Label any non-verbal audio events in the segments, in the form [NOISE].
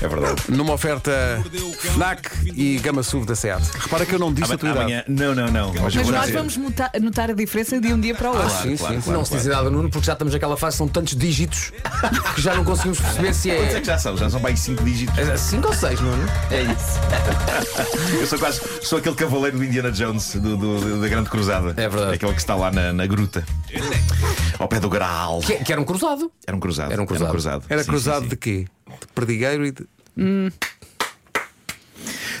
É verdade. Numa oferta FNAC e Gama SUV da SEAT. Repara que eu não disse a tua idade. Amanhã. Não, não, não. Hoje Mas vou nós dizer. vamos nota- notar a diferença de um dia para o outro. Ah, sim, sim, sim. não se diz nada, Nuno, porque já estamos naquela fase, são tantos dígitos que já não conseguimos perceber se Quantos é é que já são? Já são mais 5 dígitos. 5 ou 6, Nuno. É isso. Eu sou quase. Sou aquele cavaleiro do Indiana Jones do- do- da Grande Cruzada. É verdade. Aquele que está lá na, na gruta. Ao pé do Graal. Que, que era um cruzado. Era um cruzado. Era um cruzado. Era Sim, cruzado sim, de quê? De perdigueiro e de. sim.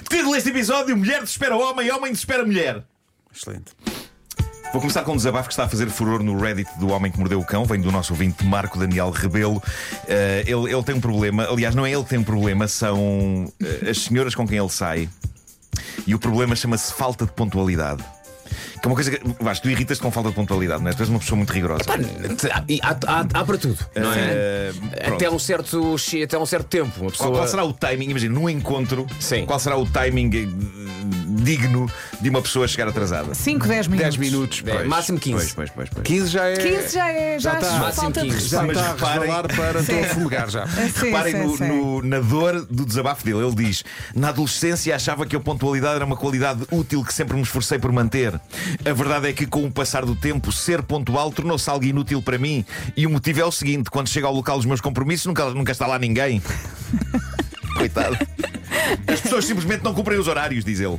Título deste episódio: Mulher desespera homem, homem desespera mulher. Excelente. Vou começar com um desabafo que está a fazer furor no Reddit do Homem que Mordeu o Cão, vem do nosso ouvinte Marco Daniel Rebelo. Eh, ele, ele tem um problema, aliás, não é ele que tem um problema, são eh, as senhoras com quem ele sai. E o problema chama-se falta de pontualidade. Que é uma coisa que. Vasco, tu irritas-te com falta de pontualidade, não é? Tu és uma pessoa muito rigorosa. Pá, e Há, há- há para tudo, não é? Eh, pronto. Até um, certo, chi- até um certo tempo. Uma pessoa... Qual, qual será o timing? Imagina, num encontro, Sim. qual será o timing eh, digno de uma pessoa chegar atrasada? 5, 10 minutos. 10 minutos. É, Pois, máximo 15. Pois, pois, pois, pois. 15 já é. 15 já é já Já tá. acho Máximo falta de 15. respeito. Já Mas está a reparem- resvalar para. Estou a fumegar [LAUGHS] já. Sim, Reparem sim, no- sim. no- na dor do desabafo dele. Ele diz: Na adolescência achava que a pontualidade era uma qualidade útil que sempre me esforcei por manter. A verdade é que, com o passar do tempo, ser pontual tornou-se algo inútil para mim. E o motivo é o seguinte: quando chego ao local dos meus compromissos, nunca, nunca está lá [LAUGHS] ninguém. Coitado. As pessoas simplesmente não cumprem os horários, diz ele.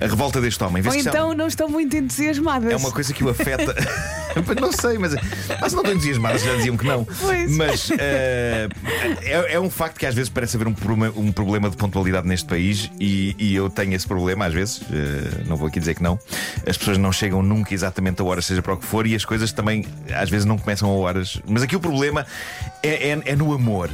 A revolta deste homem. Ou Vês que isso é então não estão muito entusiasmadas. é uma coisa que o afeta. [LAUGHS] não sei, mas. Mas não estou entusiasmado, já diziam que não. Pois. Mas eh, é, é um facto que às vezes parece haver um problema, um problema de pontualidade neste país e, e eu tenho esse problema às vezes. eh, não vou aqui dizer que não. As pessoas não chegam nunca exatamente a horas, seja para o que for, e as coisas também às vezes não começam a horas. Mas aqui o problema é- é- é no amor.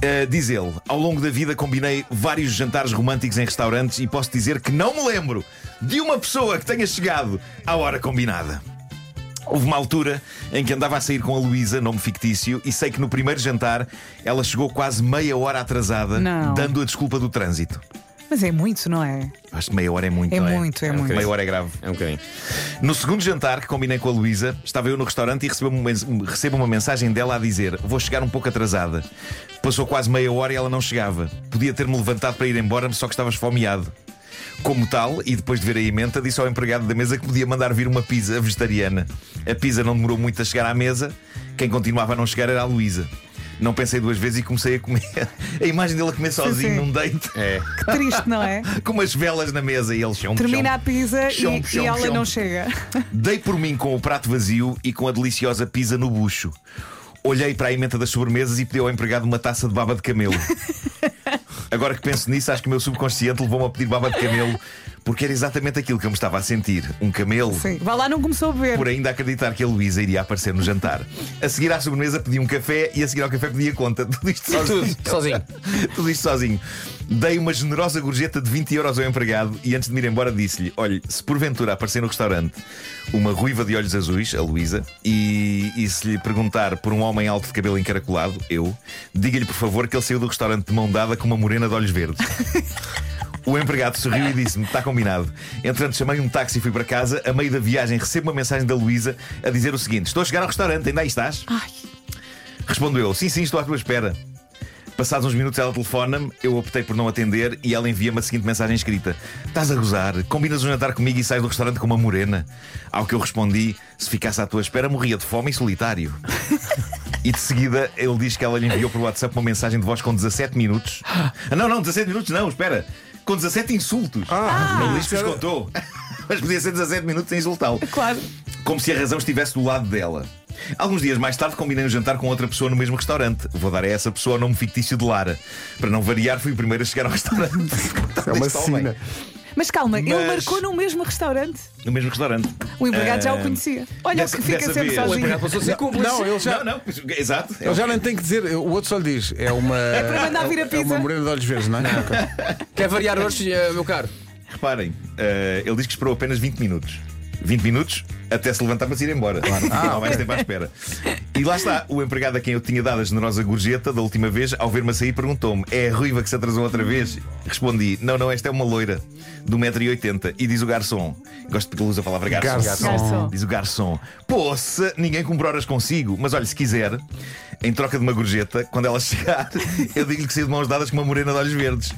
Uh, diz ele, ao longo da vida combinei vários jantares românticos em restaurantes e posso dizer que não me lembro de uma pessoa que tenha chegado à hora combinada. Houve uma altura em que andava a sair com a Luísa, nome fictício, e sei que no primeiro jantar ela chegou quase meia hora atrasada, Não. dando a desculpa do trânsito. Mas é muito, não é? Acho que meia hora é muito, É não muito, é Acho que muito. Meia hora é grave. É um bocadinho. No segundo jantar que combinei com a Luísa, estava eu no restaurante e recebo uma, mens- recebo uma mensagem dela a dizer: Vou chegar um pouco atrasada. Passou quase meia hora e ela não chegava. Podia ter-me levantado para ir embora, só que estava esfomeado. Como tal, e depois de ver a emenda, disse ao empregado da mesa que podia mandar vir uma pizza vegetariana. A pizza não demorou muito a chegar à mesa, quem continuava a não chegar era a Luísa. Não pensei duas vezes e comecei a comer. [LAUGHS] A imagem dele a comer sozinho sim. num date. Que triste, não é? Com umas velas na mesa e ele chão Termina [LAUGHS] a pizza Chão, e, chão, e ela chão. não chega. Dei por mim com o prato vazio e com a deliciosa pizza no bucho. Olhei para a emenda das sobremesas e pedi ao empregado uma taça de baba de [LAUGHS] camelo. Agora que penso nisso, acho que o meu subconsciente levou-me a pedir baba de camelo, porque era exatamente aquilo que eu me estava a sentir: um camelo. Sim. Vá lá, não começou a beber. Por ainda acreditar que a Luísa iria aparecer no jantar. A seguir à sobremesa pedi um café e a seguir ao café pedi a conta. [LAUGHS] Tudo isto sozinho. [LAUGHS] Tudo, sozinho. Tudo isto sozinho. Dei uma generosa gorjeta de 20 euros ao empregado e antes de me ir embora disse-lhe: Olhe, se porventura aparecer no restaurante uma ruiva de olhos azuis, a Luísa, e, e se lhe perguntar por um homem alto de cabelo encaracolado, eu, diga-lhe por favor que ele saiu do restaurante de mão dada com uma morena de olhos verdes. O empregado sorriu e disse-me: Está combinado. Entretanto, chamei um táxi e fui para casa. A meio da viagem, recebo uma mensagem da Luísa a dizer o seguinte: Estou a chegar ao restaurante, ainda aí estás? Ai, Respondo eu: Sim, sim, estou à tua espera. Passados uns minutos, ela telefona-me, eu optei por não atender e ela envia-me a seguinte mensagem escrita: Estás a gozar? Combinas um jantar comigo e sais do restaurante com uma morena? Ao que eu respondi: Se ficasse à tua espera, morria de fome e [LAUGHS] solitário. E de seguida ele diz que ela lhe enviou por WhatsApp uma mensagem de voz com 17 [GASPS] minutos. Ah, não, não, 17 minutos não, espera. Com 17 insultos. Ah, ele disse que os contou. Mas podia ser 17 minutos sem insultá-lo. claro. Como se a razão estivesse do lado dela. Alguns dias mais tarde combinei um jantar com outra pessoa no mesmo restaurante. Vou dar a essa pessoa o nome fictício de Lara. Para não variar, fui o primeiro a chegar ao restaurante. É uma Este homem. sina. Mas calma, ele Mas- marcou no mesmo restaurante. No mesmo restaurante. O empregado já Ah, o conhecia. Olha o dessa- que fica dessa sempre vez- O sozinho. empregado passou a ser cúmplice. Não, ele já. Não, não, exato. Ele já nem tem que dizer, o outro só lhe diz, é uma. [LAUGHS] É para mandar vir a É uma pizza. morena de olhos verdes, não é? Ok. Quer variar hoje, eh, meu caro? Reparem, eh, ele diz que esperou apenas 20 minutos. 20 minutos até se levantar para se ir embora. Ah, não mais tempo à espera. E lá está, o empregado a quem eu tinha dado a generosa gorjeta da última vez, ao ver-me a sair, perguntou-me: É a ruiva que se atrasou outra vez? Respondi: Não, não, esta é uma loira, de 1,80m. E diz o garçom: Gosto porque ele usa a palavra garçom. Garçom. Garçom. Diz o garçom: Poça, ninguém cumpre horas consigo, mas olha, se quiser, em troca de uma gorjeta, quando ela chegar, [LAUGHS] eu digo-lhe que saiu de mãos dadas com uma morena de olhos verdes.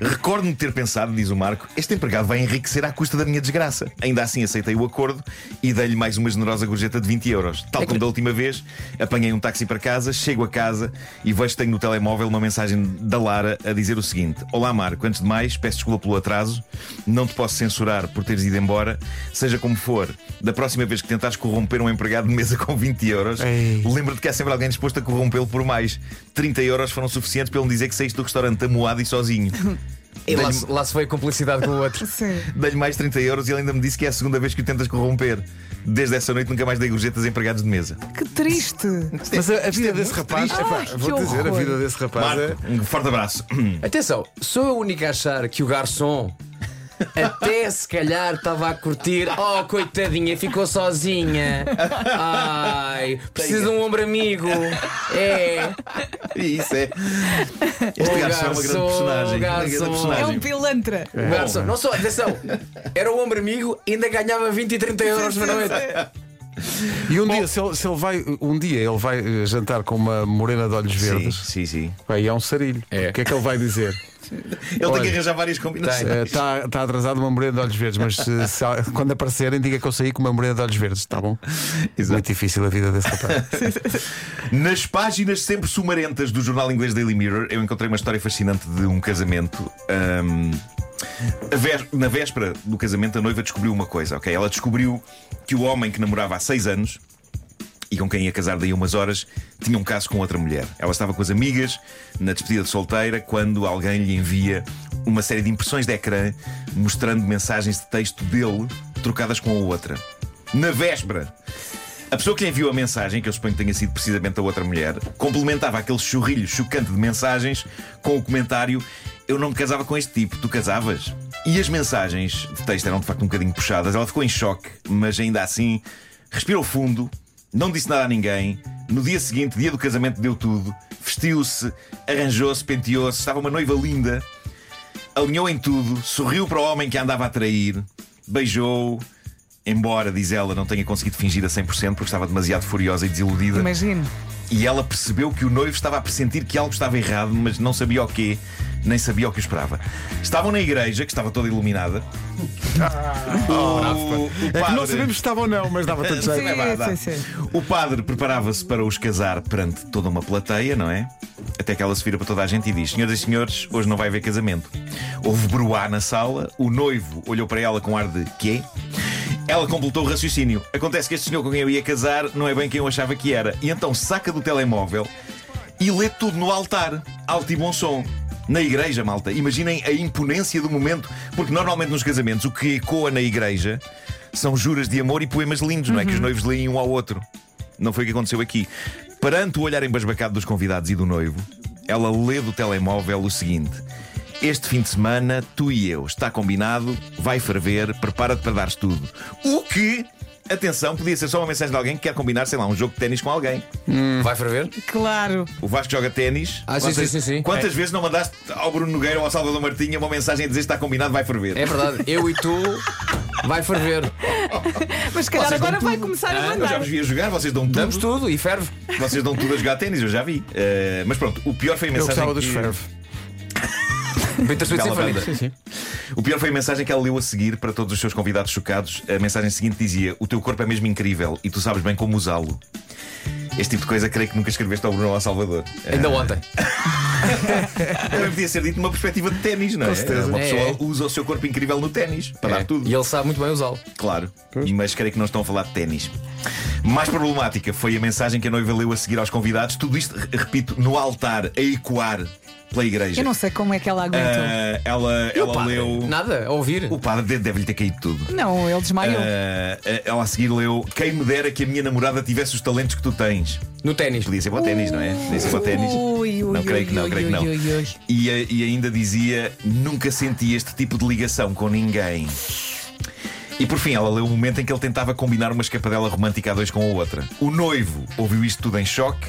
Recordo-me de ter pensado, diz o Marco, este empregado vai enriquecer à custa da minha desgraça. Ainda assim aceitei o acordo e dei-lhe mais uma generosa gorjeta de 20 euros. Tal como da última vez, apanhei um táxi para casa, chego a casa e vejo que tenho no telemóvel uma mensagem da Lara a dizer o seguinte: Olá Marco, antes de mais, peço desculpa pelo atraso, não te posso censurar por teres ido embora, seja como for, da próxima vez que tentares corromper um empregado de mesa [LAUGHS] com 20 euros, Ei. lembra-te que há sempre alguém disposto a corrompê-lo por mais. 30 euros foram suficientes para ele me dizer que saíste do restaurante amoado e sozinho. E lá, Dei-lhe- se- lá se foi a cumplicidade com o outro. Sim. Dei-lhe mais 30 euros e ele ainda me disse que é a segunda vez que o tentas corromper. Desde essa noite nunca mais dei gorjetas a empregados de mesa. Que triste. [LAUGHS] Mas a, a vida desse rapaz, triste. epá, Ai, vou que dizer, a horror. vida desse rapaz é. Marco, um forte abraço. Atenção, sou a única a achar que o garçom até se calhar estava a curtir. Oh, coitadinha, ficou sozinha. Ai, precisa de um ombro amigo. É. Isso é. Este Oh, garçom é uma grande garçom, personagem. Uma grande garçom. personagem. É um pilantra. O garçom, não só, atenção, era o ombro amigo, ainda ganhava 20 e 30 euros na noite. E um Oh. dia, se ele, se ele vai, um dia ele vai eh, jantar com uma morena de olhos Sim, verdes, sim, sim. vai, e é um sarilho. É. O que é que ele vai dizer? Ele tem que arranjar várias combinações. Está Eh, tá, atrasado uma morena de olhos verdes, mas eh, se- se há- quando aparecerem, diga que eu saí com uma morena de olhos verdes, está bom? Exato. Muito difícil a vida desse rapaz. Nas páginas sempre sumarentas do jornal inglês Daily Mirror, eu encontrei uma história fascinante de um casamento. Ahm, a vé- Na véspera do casamento, a noiva descobriu uma coisa, ok? Ela descobriu que o homem que namorava há seis anos e com quem ia casar daí a umas horas tinha um caso com outra mulher. Ela estava com as amigas na despedida de solteira quando alguém lhe envia uma série de impressões de ecrã mostrando mensagens de texto dele trocadas com a outra. Na véspera a pessoa que lhe enviou a mensagem, que eu suponho que tenha sido precisamente a outra mulher, complementava aquele chorrilho chocante de mensagens com o comentário: Eu não me casava com este tipo, tu casavas? E as mensagens de texto eram de facto um bocadinho puxadas, ela ficou em choque, mas ainda assim respirou fundo, não disse nada a ninguém. No dia seguinte, dia do casamento, deu tudo, vestiu-se, arranjou-se, penteou-se, estava uma noiva linda alinhou em tudo, sorriu para o homem que a andava a trair, beijou-o. Embora, diz ela, não tenha conseguido fingir a 100% porque estava demasiado furiosa e desiludida. Imagino. E ela percebeu que o noivo estava a pressentir que algo estava errado, mas não sabia o quê, nem sabia o que esperava. Estavam na igreja, que estava toda iluminada. O- o É que não padre- sabemos se estava ou não, mas dava tanto Sim, jeito. é verdade. sim, sim. O padre preparava-se para os casar perante toda uma plateia, não é? Até que ela se vira para toda a gente e diz: Senhoras e senhores, hoje não vai haver casamento. Houve bruá na sala, o noivo olhou para ela com ar de quê? Ela completou o raciocínio. Acontece que este senhor com quem eu ia casar não é bem quem eu achava que era. E então saca do telemóvel e lê tudo no altar, alto e bom som. Na igreja, malta, imaginem a imponência do momento, porque normalmente nos casamentos o que ecoa na igreja são juras de amor e poemas lindos, não é? Que os noivos leem um ao outro. Não foi o que aconteceu aqui. Perante o olhar embasbacado dos convidados e do noivo, ela lê do telemóvel o seguinte: Este fim de semana, tu e eu, está combinado, vai ferver, prepara-te para dares tudo. O que, atenção, podia ser só uma mensagem de alguém que quer combinar, sei lá, um jogo de ténis com alguém. Vai ferver? Claro. O Vasco joga ténis. Ah, sim, sim, sim, sim. Quantas vezes não mandaste ao Bruno Nogueira ou ao Salvador Martinha uma mensagem a dizer está combinado, vai ferver? É verdade, eu e tu vai ferver. Mas se calhar Vocês dão agora vai tudo. começar a Ah, Eu já mandar. vos vi a jogar, vocês dão Damos tudo. tudo e ferve. Vocês dão tudo a jogar ténis, eu já vi. Eh, mas pronto, o pior foi a Eu mensagem. gostava que... dos ferve. Bittersweet Bela Symphony. banda. O pior foi a mensagem que ela leu a seguir para todos os seus convidados chocados. A mensagem seguinte dizia: O teu corpo é mesmo incrível e tu sabes bem como usá-lo. Este tipo de coisa creio que nunca escreveste ao Bruno ou ao Salvador. Eh, É. Ainda ontem. Também podia ser dito numa perspectiva de ténis, não é? certeza. Uma pessoa É, é. usa o seu corpo incrível no ténis para É, dar tudo. E ele sabe muito bem usá-lo. Claro, e mas creio que não estão a falar de ténis. Mais problemática foi a mensagem que a noiva leu a seguir aos convidados. Tudo isto, re- repito, no altar, a ecoar pela igreja. Eu não sei como é que ela aguentou. Ah, ela ela Pá, leu. Nada, a ouvir. O padre de- deve-lhe ter caído tudo. Não, ele desmaiou. Ah, ela a seguir leu: Quem me dera que a minha namorada tivesse os talentos que tu tens. No ténis. Podia ser para o ténis, não é? Podia ser para o ténis. Ui, ui, Não creio que não, ui, creio que ui, não. ui, ui. E, a- e ainda dizia: Nunca senti este tipo de ligação com ninguém. E por fim, ela leu o momento em que ele tentava combinar uma escapadela romântica a dois com a outra. O noivo ouviu isto tudo em choque,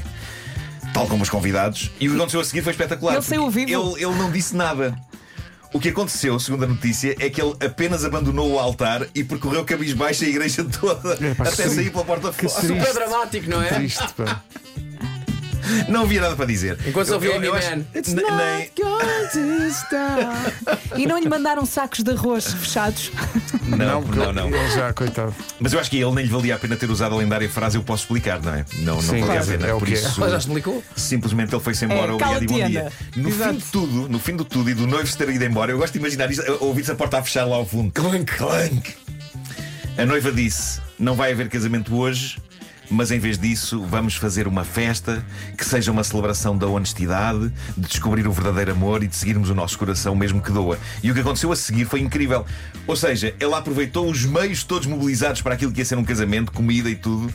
tal como os convidados, e o que aconteceu a seguir foi espetacular. Ele saiu porque vivo. Ele, ele não disse nada. O que aconteceu, segundo a notícia, é que ele apenas abandonou o altar e percorreu cabisbaixo a igreja toda Epá, até que- sair pela porta que fora. triste. Super dramático, não é? Triste, pá. Não havia nada para dizer. Enquanto só ouvia Eminem. N- é? nem- E não lhe mandaram sacos de arroz fechados. Não, porque não, não. Ele já, coitado. Mas eu acho que ele nem lhe valia a pena ter usado a lendária frase Eu posso explicar, não é? Não, não Sim, valia a claro. pena. É o por que é. isso, Ela já explicou? simplesmente ele foi-se embora, É, obrigado e bom cala-te, dia. Ana. No fim de tudo, no fim de tudo, e do noivo se ter ido embora, eu gosto de imaginar isto, ouvir-se a porta a fechar lá ao fundo. Clank, clank. A noiva disse: Não vai haver casamento hoje. Mas em vez disso, vamos fazer uma festa que seja uma celebração da honestidade, de descobrir o verdadeiro amor e de seguirmos o nosso coração, mesmo que doa. E o que aconteceu a seguir foi incrível. Ou seja, ela aproveitou os meios todos mobilizados para aquilo que ia ser um casamento, comida e tudo,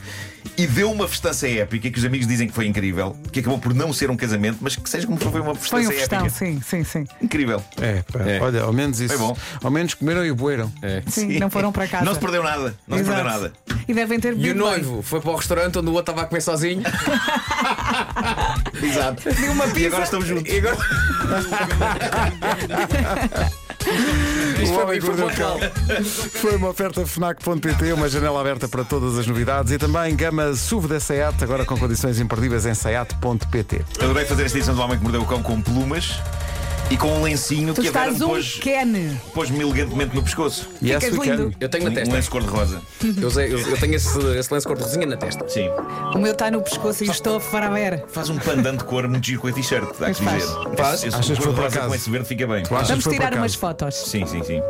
e deu uma festança épica que os amigos dizem que foi incrível, que acabou por não ser um casamento, mas que seja como for, foi uma festança Foi um é épica. festão, sim, [LAUGHS] sim, sim. Incrível. É, pá. É. Olha, ao menos isso. Foi bom. Ao menos comeram e boeram. Sim, não foram para casa. Não se perdeu nada. Não se Exato. perdeu nada. E devem ter E o bebido bem. noivo foi para o restaurante onde o outro estava a comer sozinho. Exato. E agora estamos juntos. E agora. Isto O foi Homem bem que Mordeu o Cão. Foi uma oferta FNAC.pt, uma janela aberta para todas as novidades e também gama SUV da SEAT, agora com condições imperdíveis em SEAT.pt. Adorei fazer esta edição do Homem que Mordeu o Cão com plumas e com um lencinho Tu que a Vera estás um pôs, Ken. pôs-me elegantemente no pescoço. Yes, Ficas we can. lindo. Eu tenho Um na testa. lenço cor-de-rosa. Eu, usei- eu- eu tenho esse, esse lenço cor-de-rosinha na testa. Sim. O meu está no pescoço e estou a ver. Faz um pandan de cor muito giro com a t-shirt, há que Pois faz. dizer. Faz? Esse, Achas esse que foi por cor-de-rosa acaso? com esse verde fica bem. Tu achas? Vamos foi por tirar acaso. umas fotos. Sim, sim, sim.